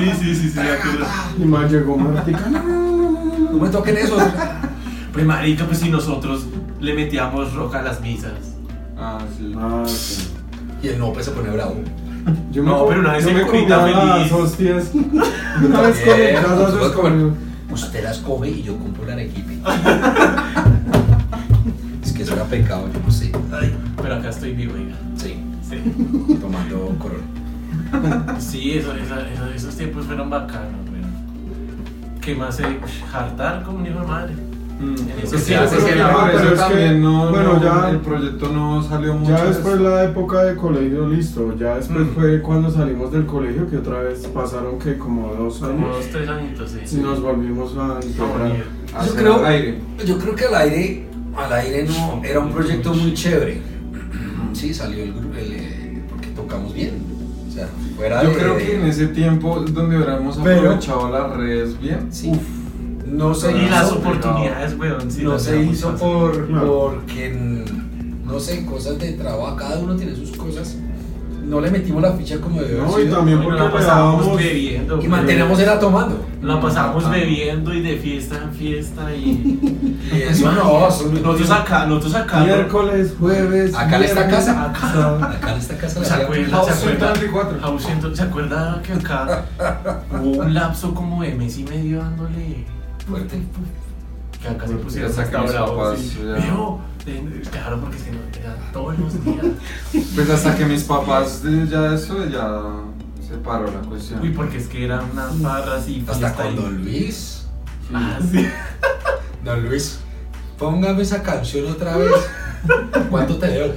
sí, sí, sí, sí, me acuerdo.
Y más llegó Martica.
No me toquen eso.
Pues marica, pues si nosotros le metíamos rock a las misas.
Ah, sí.
Ah, sí.
Y el Nope se pone bravo.
Yo
No,
co-
pero una vez
yo
en
me
Curita
comía
feliz. Eh,
las hostias. Una vez Pues con el
Bien,
caso
nos
se
va a comer.
comió.
Usted las come y yo compro el arequipe. es que eso era pecado, yo no sé.
Ay, pero acá estoy vivo, oiga.
Sí,
Sí,
tomando corona.
sí eso- esa- esa- esos tiempos fueron bacanos, pero. ¿Qué más? Eh? Hartar como un hijo de madre.
Mm.
Sí,
Sí,
yo creo
porque
que
la
no,
pero
pero
es que-
también no,
bueno,
no,
ya-
el proyecto no salió mucho.
Ya después la época de colegio, listo. Ya después
Mm.
fue cuando salimos del colegio que otra vez pasaron que como dos
Como
años.
dos, tres añitos, sí.
Si nos volvimos a encontrar.
Yo creo,
aire.
yo creo que al aire, al aire no, era un proyecto muy chévere. Sí, salió el grupo, el, eh, porque tocamos bien. O sea, fuera
Yo
de-
creo que en ese tiempo es donde hubiéramos
Pero-
aprovechado las redes bien.
Sí. No se
Y las
hizo,
oportunidades, weón. Sí,
no
las
se
era muy
hizo
fácil.
por,
Claro.
porque, mm, no sé, cosas de trabajo, cada uno tiene sus cosas. No le metimos la ficha como debió haber
No, y
sido.
también
Bueno,
porque
la
le
pasábamos
dábamos.
bebiendo.
Y
weón.
mantenemos era tomando.
La pasábamos
Ah.
bebiendo y de fiesta en fiesta y.
Y eso no, eso no-
Nosotros acá, nosotros acá. ¿no?
Miércoles, jueves.
Acá en esta
viernes,
casa.
sábado.
Acá en esta casa
¿Se
la
acuerda?
House
¿Se acuerda?
134.
House 100, ¿Se acuerda que acá hubo un lapso como de mes y medio dándole?
fuerte.
Que acá se pusieron
Ya saqué
hasta
mis
bravos.
papás,
sí.
ya.
Pero, eh, claro, porque se nos era todos los días.
Pues hasta que mis papás eh, ya eso ya se paró la cuestión.
Uy, porque es que eran unas barras y
Hasta
fiesta
con
y-
Don Luis.
Ah, sí.
Don Luis, póngame esa canción otra vez. ¿Cuánto te debo?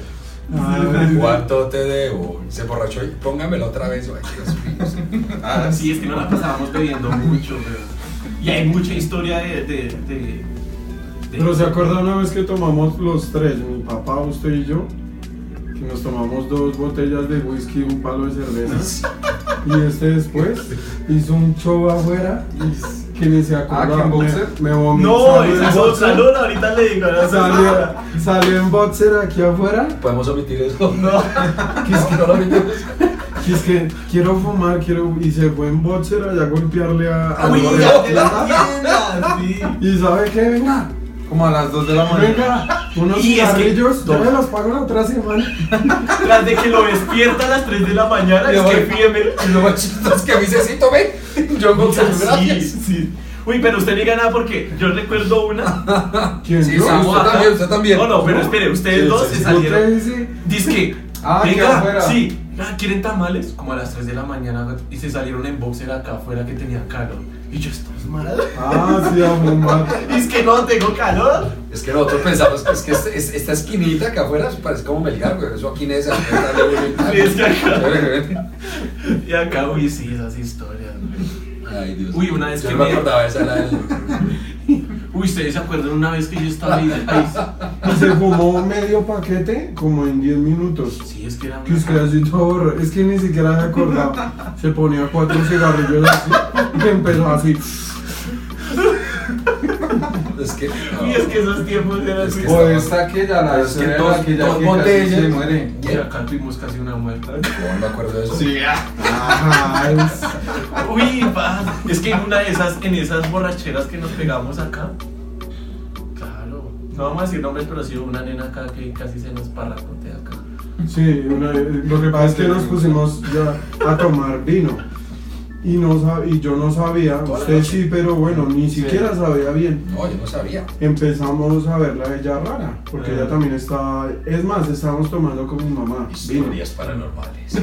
¿Cuánto te debo? Se borrachó y póngamela otra vez. Ay, Dios mío.
Ah,
Sí, es que nos la pasábamos bebiendo mucho, pero- Y hay mucha historia de. de, de- de-
Pero se acuerda una vez que tomamos los tres, mi papá, usted y yo, que nos tomamos dos botellas de whisky y un palo de cerveza. y este después hizo un show afuera y que ni se acordaba.
Ah, ¿que en
me-
boxer?
Me, vomitó.
No,
Salió
esa es
en
otra.
boxer.
No, no, ahorita le digo. no, esa es
Salió,
otra.
salió en boxer aquí afuera.
¿Podemos omitir eso? No. es que no lo omitimos?
Y es que quiero fumar, quiero. Y se fue en boxer allá a golpearle a. a
Uy,
la-
ya, ya, sí.
Y sabe qué, venga,
Como a las 2 de la mañana.
venga, unos
Y es que-
cigarrillos, yo
No.
me los pago la otra semana.
Tras de que lo despierta a las 3 de la mañana, es
Mi
que
amor.
fiebre.
Y lo más chistoso es que a mí se sí tomé. Yo en boxer,
Sí,
gracias.
sí. Uy, pero usted no diga nada porque yo recuerdo una.
¿Quién
Sí,
yo?
sí, Usted
Oaxaca.
también, usted también.
No, no, pero espere, ustedes
Sí,
dos
sí,
se
sí.
Usted
salieron.
dice,
Dice que,
Ah, que
venga,
afuera.
sí, ah, ¿quieren tamales? Como a las 3 de la mañana y se salieron en boxer acá afuera que tenía calor. Y yo, ¿estás mal?
Ah, sí, a fumar.
Dice que no tengo calor.
Es que nosotros pensamos que es que este- es- esta esquinita acá afuera parece como Melgar, güey. Eso aquí en esa.
Sí, es que acá. Y acá, uy, sí, esas historias. güey.
Ay, Dios.
Uy, una vez
Yo
que
no me
me-
acordaba esa era del-
Uy, ¿ustedes se acuerdan una vez que yo estaba ahí? Ay,
Y se fumó medio paquete como en 10 minutos.
Sí, es es que era
Que usted así todo borra- Es que ni siquiera me acordaba. Se ponía cuatro cigarrillos así y empezó así.
Es que. no.
Y es que esos tiempos eran
Es que-
O esta que ya la
Es que
tercera,
dos-
aquella
dos
que casi
botellas.
se muere.
Y acá tuvimos casi una muerta.
No me acuerdo de eso.
Sí,
Ajá, es-
Uy, pa, es que en una de esas, en esas borracheras que nos pegamos acá, claro, no vamos a decir nombres, pero sí hubo una nena acá que casi se nos parracotea acá.
Sí, una- lo que pasa es que nos pusimos ya a tomar vino. Y, no, sab- y yo no sabía, usted sí, pero bueno, ni siquiera sabía bien.
No, yo no sabía.
Empezamos a ver la bella rara, porque
Ah.
ella también estaba. Es más, estábamos tomando con mi mamá vino.
Historias paranormales.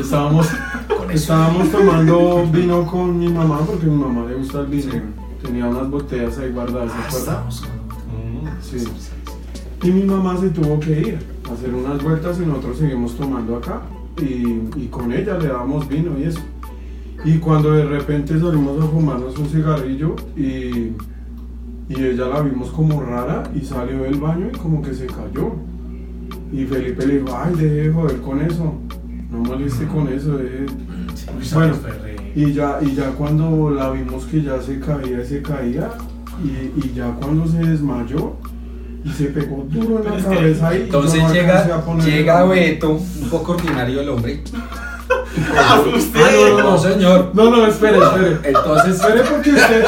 Estábamos,
Con eso.
estábamos tomando vino con mi mamá, porque a mi mamá le gusta el vino. Tenía unas botellas ahí guardadas,
Ah,
¿se acuerda?
estábamos con-
Mm.
Sí. Y mi mamá se tuvo que ir a hacer unas vueltas y nosotros seguimos tomando acá. Y, y con ella le dábamos vino y eso. Y cuando de repente salimos a fumarnos un cigarrillo y, y ella la vimos como rara y salió del baño y como que se cayó. Y Felipe le dijo, ay, deje de joder con eso. No moleste con eso. deje".
Uy,
Bueno,
esa fue re-
Y ya, y ya cuando la vimos que ya se caía, se caía. Y, y ya cuando se desmayó y se pegó duro en la
Pero es que-
cabeza. y yo
Entonces
no alcancé a
llega,
ponerle
llega
la-
Beto, un poco ordinario el hombre.
¡Ah, usted!
No, señor.
No, no, espere, espere.
Entonces,
Espere porque usted.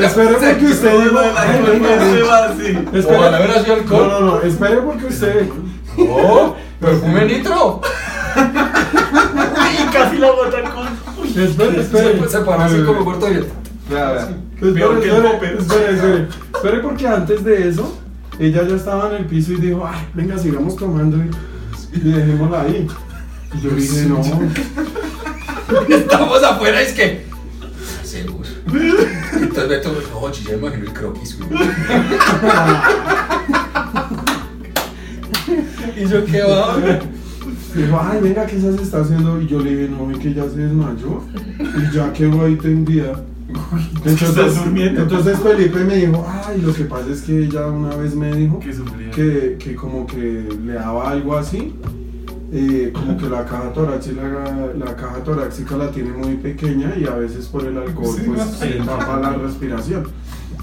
Espere porque usted dijo.
Ay, no, no se va así.
Espere.
Ojalá hubiera sido alcohol.
No, no, no, espere porque usted.
¡oh! ¡Perfume nitro!
Y casi la botan con... Uy,
Espere, espere.
Se, se paró así como muerto abierto.
claro.
Espere,
Peor que el
Pues espere,
popper.
espere, espere. Espere porque antes de eso, ella ya estaba en el piso y dijo, ay, venga, sigamos tomando y, y dejémosla ahí. Y yo dije, no.
Estamos afuera, es que. Seguro. Entonces Beto, no, yo ya me imagino el croquis, güey. ¿Y yo qué va?
Dijo, ay, venga, ¿qué se está haciendo? Y yo le dije, no, ve que ya se desmayó. Y ya quedó ahí tendida.
Estás durmiendo.
entonces Felipe me dijo, ay, lo que pasa es que ella una vez me dijo
Que sufría.
que, que como que le daba algo así, eh, como que la caja torácica, la, caja torácica la tiene muy pequeña y a veces por el alcohol
Sí,
pues
no
se
sé.
tapa la respiración.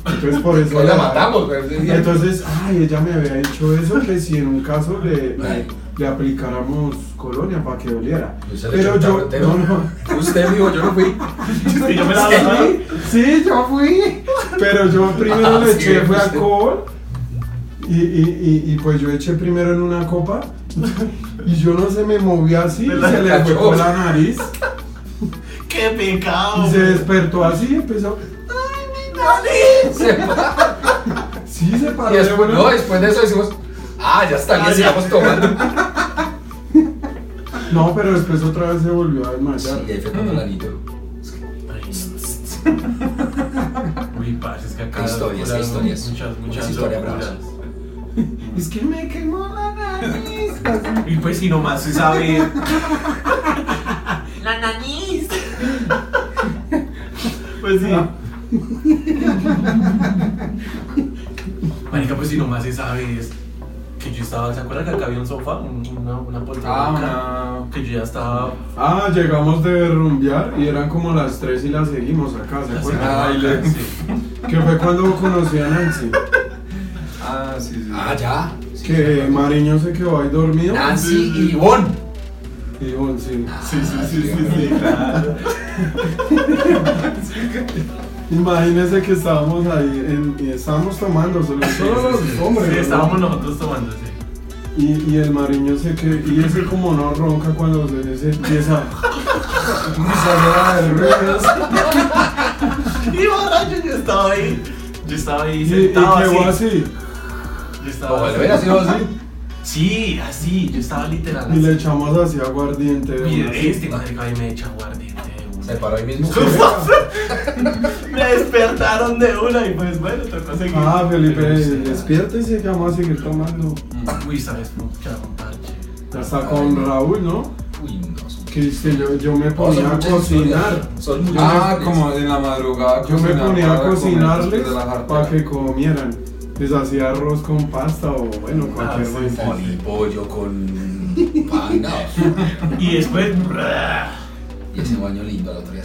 Entonces por eso
Pues la
le-
matamos, güey. ese día.
Entonces, ay, ella me había dicho eso que si en un caso le, le,
Ay.
le aplicáramos colonia para que doliera.
Yo se le
Pero
eché al
yo
carretero.
no, no.
Usted dijo, yo no fui.
Sí, yo me la bajaba.
Sí, yo fui. Pero yo primero le
Sí,
eché fue
usted.
alcohol. Y, y, y, y pues yo eché primero en una copa. Y yo no sé, me moví así.
Me
y
la
Se le fue
cachó.
por la nariz.
¡Qué
Y
pecado!
se despertó así. Empezó.
Se fue.
Sí, se paró.
Y
de
después,
una-
no, después de eso decimos, ah, ya está bien,
Ah, ya.
sigamos tomando.
no, pero después otra vez se volvió a
Sí,
desmayar.
y ahí fue cuando la niño.
Ay, no. Uy, pa, es que acá...
Hay historias, hay
ocurren
historias.
Muchas,
Una
muchas
historia
locuras.
Es que me quemó la nariz.
Y pues si nomás se sabe...
La nariz.
Pues sí.
Ah.
Marica, pues si nomás se sabe es que yo estaba, ¿se acuerdan que acá había un sofá? Un- una, una poltrona acá?
Ah,
Que yo ya estaba.
Ah, llegamos de rumbear y eran como las 3 y las seguimos acá, ¿se acuerdan?
Ah,
Ay,
y le-
sí.
Que fue cuando conocí a Nancy.
una- Ah, sí, sí.
Ah, ya.
Que Mariño se quedó ahí dormido.
Ah,
Nancy y Ivonne.
Y bueno, sí.
Sí, sí, sí, sí,
Ah,
sí, claro.
Imagínense que estábamos ahí en- y estábamos tomando, solo solo los hombres.
Sí,
¿no?
estábamos nosotros tomando, sí.
Y, y el Mariño se quedó. Y ese como no ronca cuando se, se empieza. a dar ruedas.
Y borracho, yo estaba ahí. Yo estaba
Y,
ahí
y
sentado
quedó
así.
así.
Yo estaba
Como
así.
le hubiera sido así.
Sí, así. Yo estaba literal.
Y le
así.
echamos así aguardiente. de
Y
una.
este marica ahí me echa guardiente. de una.
Se paró ahí mismo.
Me despertaron de una y pues bueno, tocó seguir.
Ah, Felipe,
Pero, sí,
despiértese que vamos a seguir tomando.
Uy, sabes, mucha montaña.
Hasta con Raúl, ¿no?
Uy, no. son-
Que es que yo, yo me
no, son
ponía a
muchas
cocinar.
historias. Son muchas
Ah,
historias.
como en la madrugada.
Yo me
cocinar
ponía a
para comer
cocinarles
después de la jartera.
para que comieran. Les hacía arroz con pasta o bueno,
Ah,
cualquier
sí,
vaina.
Con el pollo, con Panga.
Y después.
Y ese baño lindo al otro día.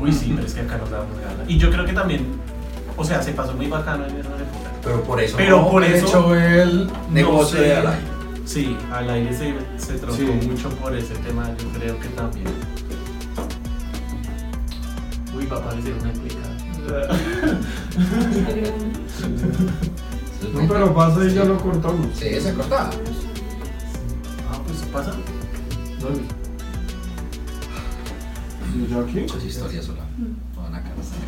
Uy, sí, pero es que acá nos damos ganas. Y yo creo que también. O sea, se pasó muy bacano en esa época.
Pero por eso.
Pero
no
por
he
eso-
hecho el negocio
No sé.
de Alay.
Sí, al aire se, se trocó
Sí.
mucho por ese tema, yo creo que también. Uy, va a aparecer una implicada.
No, pero pasa y ya lo cortamos.
Sí, esa cortada.
Ah, pues pasa.
Dale. ¿Y yo aquí?
Muchas historias sola. No van a cansar.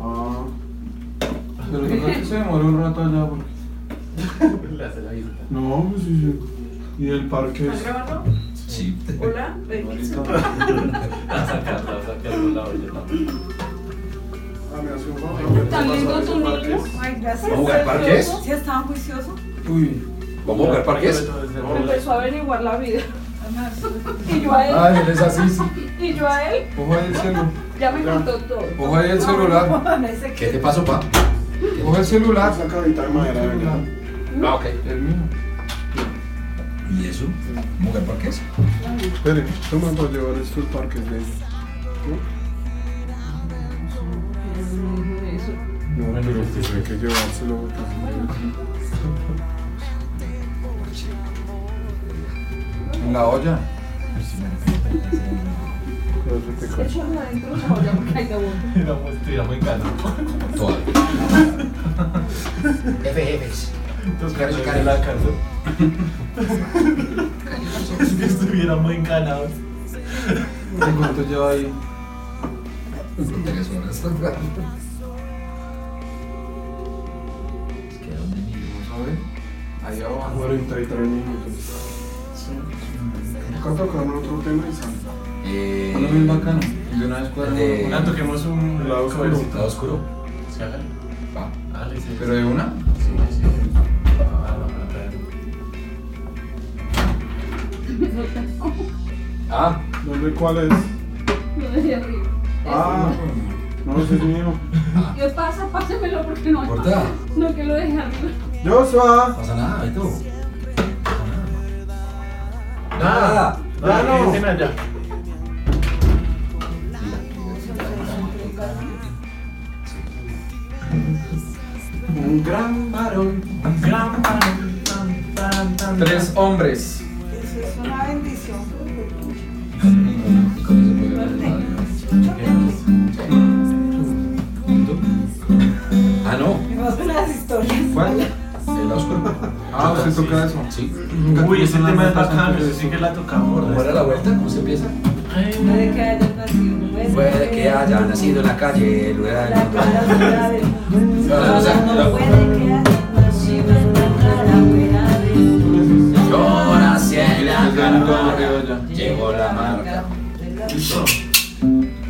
Ah,
Pero verdad que se demoró un rato allá porque.
Le hace la visita.
no, pues sí, sí. Y el parque
¿Estás
es.
grabando?
Sí.
Hola, permiso.
A sacarla, a sacarla, la olleta.
Ah, me hace un
¿Están
favor.
lindo tu niño? Ay, gracias.
¿Vamos a jugar parques?
Si estaba juicioso,
Uy.
Vamos a ver parques.
empezó a averiguar la vida. Y yo a
Ah.
él,
Ay, él es así. sí.
y yo a él,
Ojo ahí el celular.
ya me contó todo.
Ojo ahí el celular.
¿Qué te pasó, pa?
Ojo el
La
celular.
saca ahorita de madera, venga.
Ah, ok.
El mío.
¿Y eso? ¿Mujer parques?
Espere, toma para llevar estos parques de. No, pero pues hay que llevárselo. porque-
En la olla.
pero se te cae.
Échame adentro, no, ya me caí de boca.
Éramos- Éramos encantados.
Todavía. Jefe, jefes.
Los
Carlos,
carros de
Carlos.
la cárcel. Es que estuviéramos encanados.
¿Y cuánto lleva ahí?
Tres horas. Es que ¿dónde miro?
Vamos a ver. Ahí abajo.
43 minutos. Acá tocaron otro tema y salta.
Eh,
Lo muy bacano. Y de una vez cuadra.
Eh,
Una Ah, toquemos un Ah,
Lado oscuro.
covercito.
¿Está oscuro?
Sí, hágale.
Va.
Dale, sí.
Pero de una.
Sí, sí. Ah, no, no, no.
Ah,
¿Dónde cuál es?
Lo dejé arriba.
Ah, no, ese es mío.
¿Qué pasa? Pásemelo porque no.
¿Corta?
No, que lo dejé arriba.
no
Joshua,
pasa nada, ¿y tú?
Nada.
Ah,
Ya no.
quédense allá.
un gran varón.
Un gran pan, tan, tan, tan,
Tres hombres.
Eso es una bendición.
Y con- y con- y con eso puede ver el radio. Ah, no,
Me vas a las historias.
¿Cuál?
el oscuro.
Ah, usted
sí.
toca eso.
Sí.
Nunca
Uy, ese
tuve una
tema es
nota
bacano,
antes de
ese sí
eso.
que la tocamos.
¿Cómo era la vuelta? ¿Cómo se empieza?
Puede que hayas nacido.
Puede que haya nacido en la calle,
La
lugar del
cara
mundo.
fuera del mundo.
No, no, o sea, no.
Puede que hayas nacido en la cara fuera del mundo.
Yo nací en la
Desde el mundo aburrido
caravana,
ya.
llegó la marca.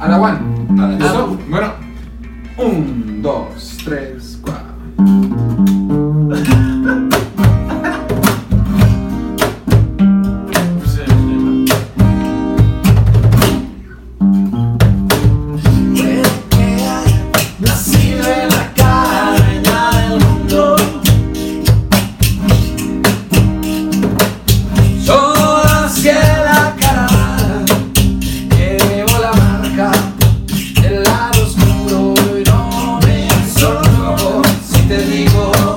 A la one.
Ah, no.
¿Listo? Bueno. Un, dos, tres, cuatro.
Ese es el tema.
Nacido en la caravana del mundo. Yo nací en la caravana que llevo la marca del lado oscuro y no me sorprendo si te digo uh,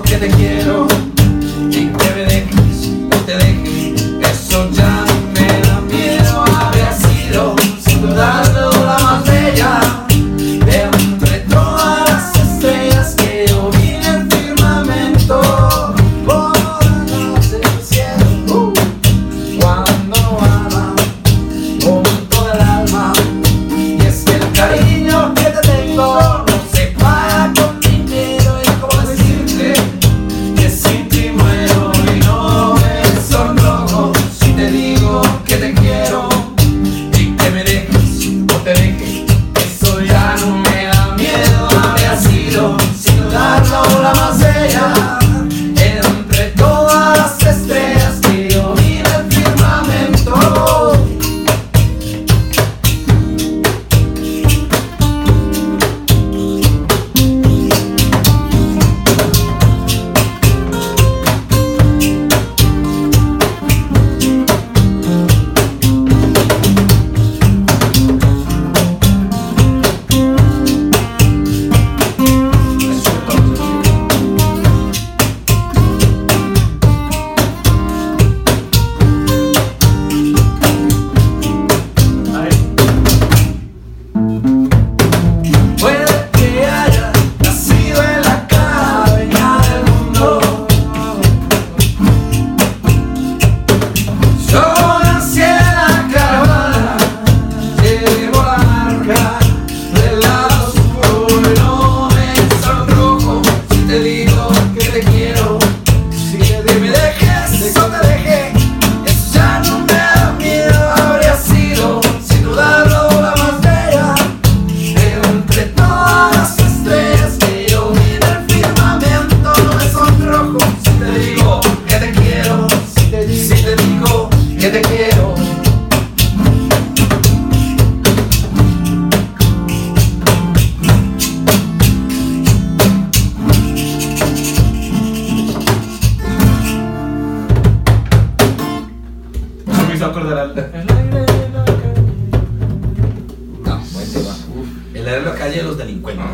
calle de los delincuentes.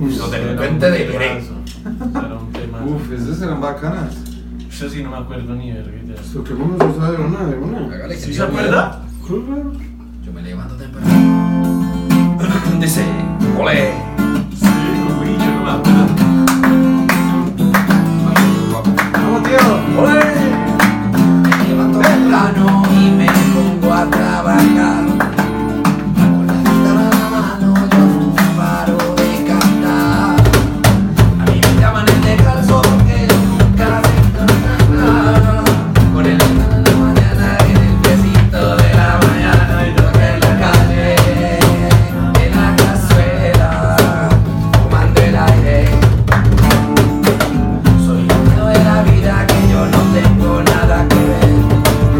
Uy,
los
Era un
delincuentes de
temazo,
Belén.
Era un tema.
Uf, esas eran bacanas.
Yo sí no me acuerdo ni verga. ya.
Toquemos esa de una, de una.
Hágale, que
¿Sí
me
se acuerda?
Claro.
Yo me levanto temprano. Dice, ole.
Sí, uy, yo no me acuerdo.
Ah,
¡Vamos, tío! ¡Ole! Me levanto temprano y me pongo a trabajar. Con la guitarra en la mano yo no paro de cantar. A mí me llaman el descalzo porque yo nunca me cantar. Con el alma en la mañana en el piecito de la mañana y yo en la calle, en la cazuela, fumando el aire. Soy niño de la vida que yo no tengo nada que ver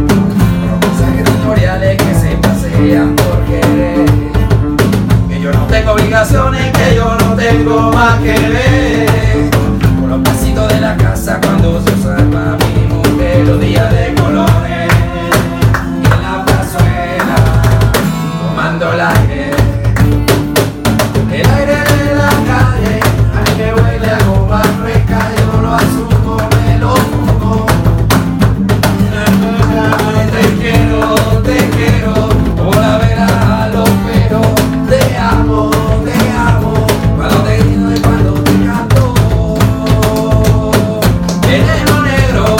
Con mensajes tutoriales que se pasean por querer Que yo no tengo obligaciones, que yo no tengo más que ver Con los pasitos de la casa cuando se salva mi mujer Los días de colores En la plazuela, tomando el aire el aire de la calle, al que huele a goma fresca, yo lo asumo, me lo fumo. Ay, Te quiero, te quiero, por la vera lo pero, te amo, te amo, cuando te grito y cuando te canto. Veneno negro,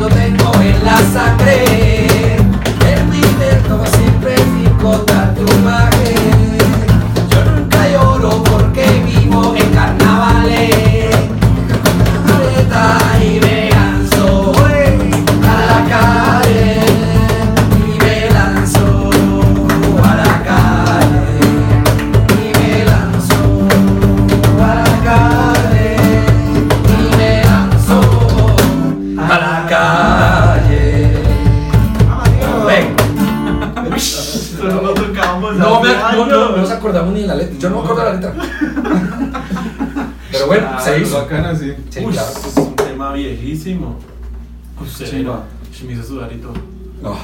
lo tengo en la sangre, el intento siempre sin contar tu imagen. Yo nunca lloro porque vivo en carnavales Careta y me lanzo eh, a la calle Y me lanzo a la calle Y me lanzo a la calle Y me lanzo a la calle Ven.
Solo lo tocábamos
No, me,
hace
no, no, no
años.
nos acordamos ni de la letra. Yo no me acuerdo de la letra. Pero bueno, se hizo.
Ah, Bacanas, sí.
Sí,
Uy,
claro.
eso es un tema viejísimo. Uy, severo.
Chimba.
Sí, me hizo sudar y todo.
Oh,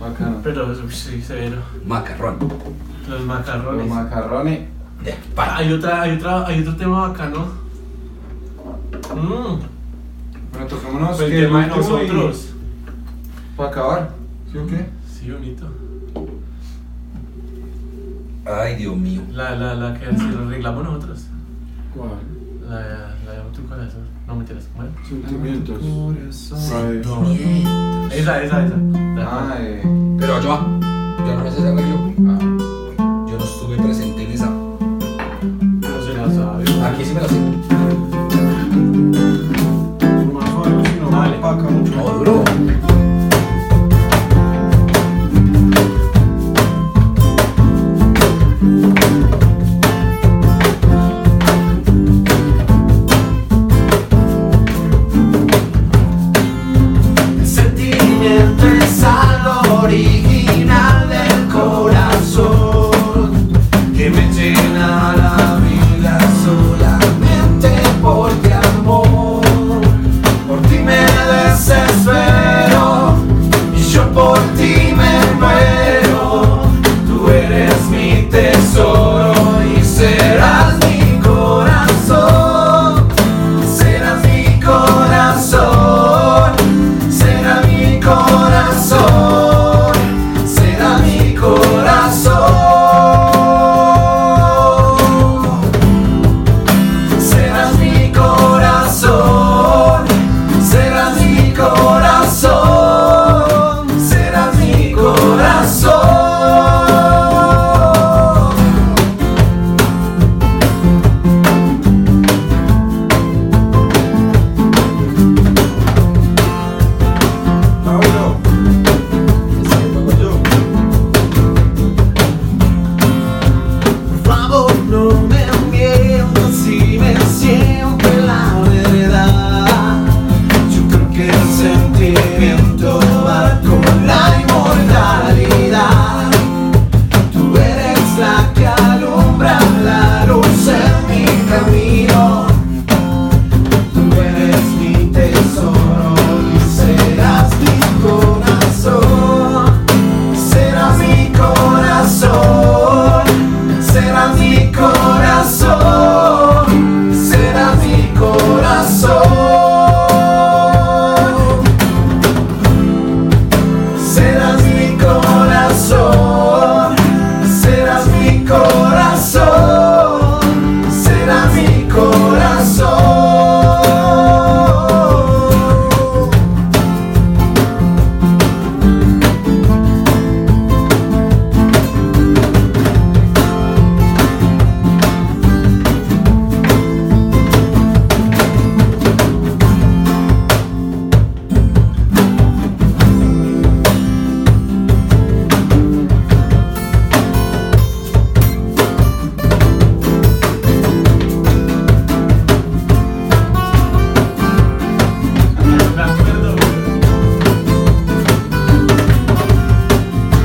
Bacana.
Pero eso sí, severo.
macarrón.
Los
Los
macarrones. Ah,
macarrones.
De España.
hay, otra, hay, otra, hay otro tema bacano. Mmm,
Bueno, toquémonos
pues el
que
tema de
último y-
nosotros.
Para acabar. ¿Sí o qué?
Sí, bonito.
Ay, Dios mío.
La, la, la que se lo arreglamos nosotros.
¿Cuál?
La, la de tu corazón. No me tiras como
Sentimientos.
Corazón.
Suave.
Esa, esa, esa.
Ah, eh.
Pero yo, yo no me sé ese arreglo.
ah,
Yo no estuve presente en esa.
no se la sabe.
Aquí sí me la sé.
Más suave, si no,
Dale.
opaca mucho.
No, duro. El sentimiento es algo original del corazón. eh.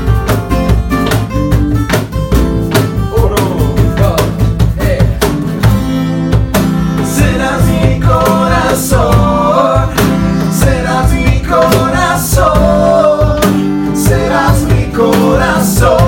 corazón. Serás mi corazón. Serás mi corazón. Serás mi corazón.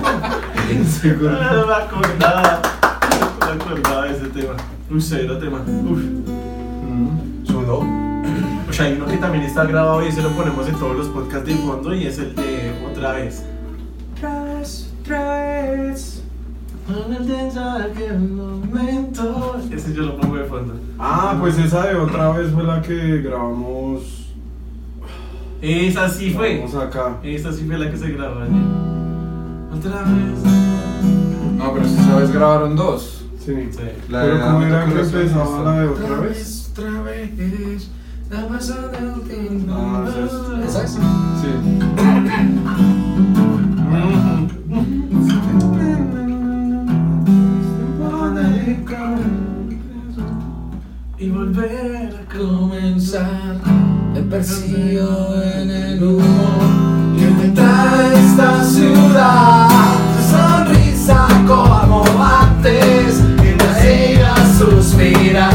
No me acordaba. No me acordaba de ese tema. Uy, severo tema. Uf.
Mm.
Sudó. O sea, hay uno que también está grabado y se lo ponemos en todos los podcasts de fondo y es el de otra vez. Otra vez, otra vez. Con el pensar que el momento. Ese yo lo pongo de fondo.
Ah, pues esa de otra vez fue la que grabamos.
Esa sí fue.
grabamos acá.
Esa sí fue la que se grabó ayer. Otra vez.
No, pero esta vez grabaron dos.
Sí.
Sí.
La
Pero
de
como
Dame tu
era que
corazón,
empezaba
esta.
la de otra vez.
Otra vez. La pasada del tiempo.
Ah, esa
¿Esa es?
Sí. Mm.
Y volver a
comenzar Me persigo en el humo Y entrar esta ciudad Su sonrisa como antes Y la ira suspira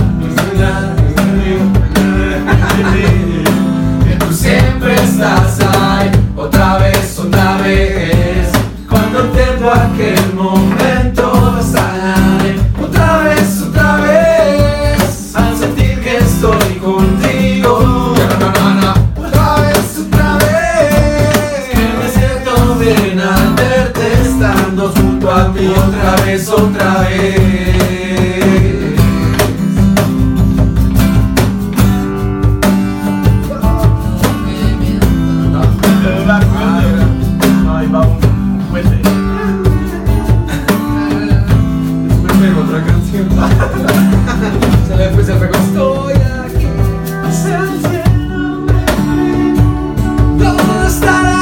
Que tú siempre estás ahí Otra vez, otra vez Cuando tengo aquel momento estaré Otra vez, otra vez Al sentir que estoy contigo Otra vez, otra vez Que me siento bien al verte Estando junto a ti Otra vez, otra vez
Ahí va un puente.
Me pegó otra canción.
Se me fue, se me costó aquí Todo estará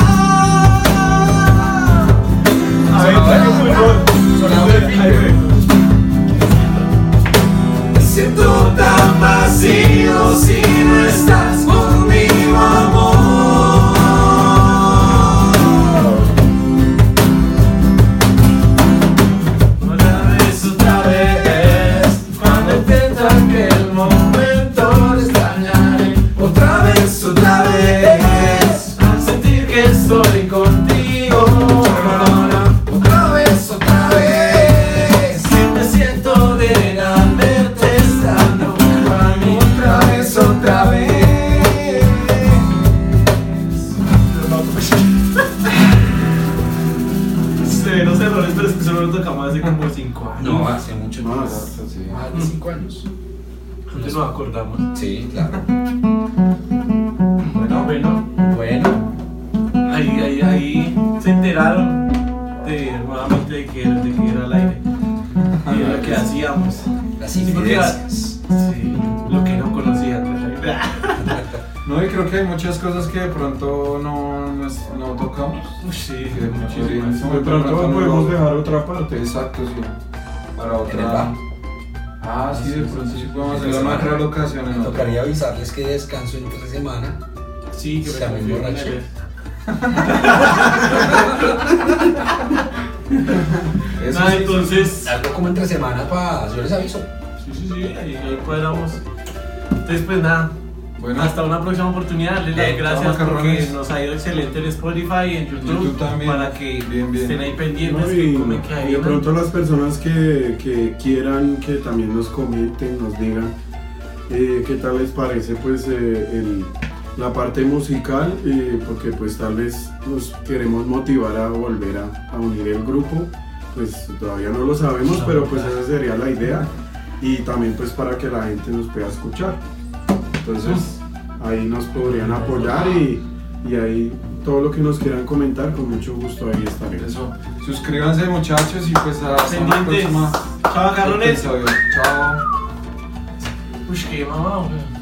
A ver,
Sonaba-
trae un fútbol.
sonaba
Ahí
bien.
fue.
Me siento tan vacío si no estás conmigo, amor. Otra vez, otra vez, cuando intento aquel momento te extrañaré. Otra vez, otra vez, al sentir que estoy contigo. Otra vez, otra vez, que me siento bien al verte estando junto a mí. Otra vez, otra vez.
Severos errores, pero es que solo lo tocamos hace como 5 años.
No, hace mucho
Más.
más. Más de 5 años.
Antes nos acordamos.
Sí, claro.
Bueno, bueno.
Bueno,
Ahí, ahí, ahí se enteraron de nuevamente de que, de que era el aire. Y de lo que hacíamos.
las
Sí, porque-
infidencias.
Sí, lo que no pues, conocían.
No, y creo que hay muchas cosas que de pronto no, no, es- no tocamos.
Sí,
Que muchísimas.
De pronto podemos dejar otra parte.
Exacto, sí. Para
En el bar.
otra. Ah, sí, de pronto sí podemos hacerlo en otra locación. En otra.
Tocaría avisarles que descanso entre semana.
Sí, que me
Se me
confirmen
emborrachó.
ayer.
Eso
Nada, Ah,
sí, sí.
entonces.
Algo como entre semana para. Yo les aviso.
Sí, sí, sí, ahí, ahí cuadramos. Entonces, pues nada.
Bueno, Eh,
Hasta una próxima oportunidad, darles las
Bien,
gracias
chao,
porque
macarrones.
nos ha ido excelente en Spotify y en YouTube,
YouTube también.
para que
Bien, bien.
estén ahí pendientes,
No,
que comen, que
y, y de
ayudan.
pronto las personas que, que quieran que también nos comenten, nos digan eh, qué tal les parece pues eh, el- la parte musical, eh, porque pues tal vez nos queremos motivar a volver a, a unir el grupo, pues todavía no lo sabemos, pero pues esa sería la idea y también pues para que la gente nos pueda escuchar. Entonces
Mm.
ahí nos podrían apoyar y, y ahí todo lo que nos quieran comentar, con mucho gusto ahí estaremos.
eso. Suscríbanse, muchachos, y pues hasta la
Pendientes.
próxima.
Chao, macarrones.
episodio. Chao.
Uy, qué mamá, weón.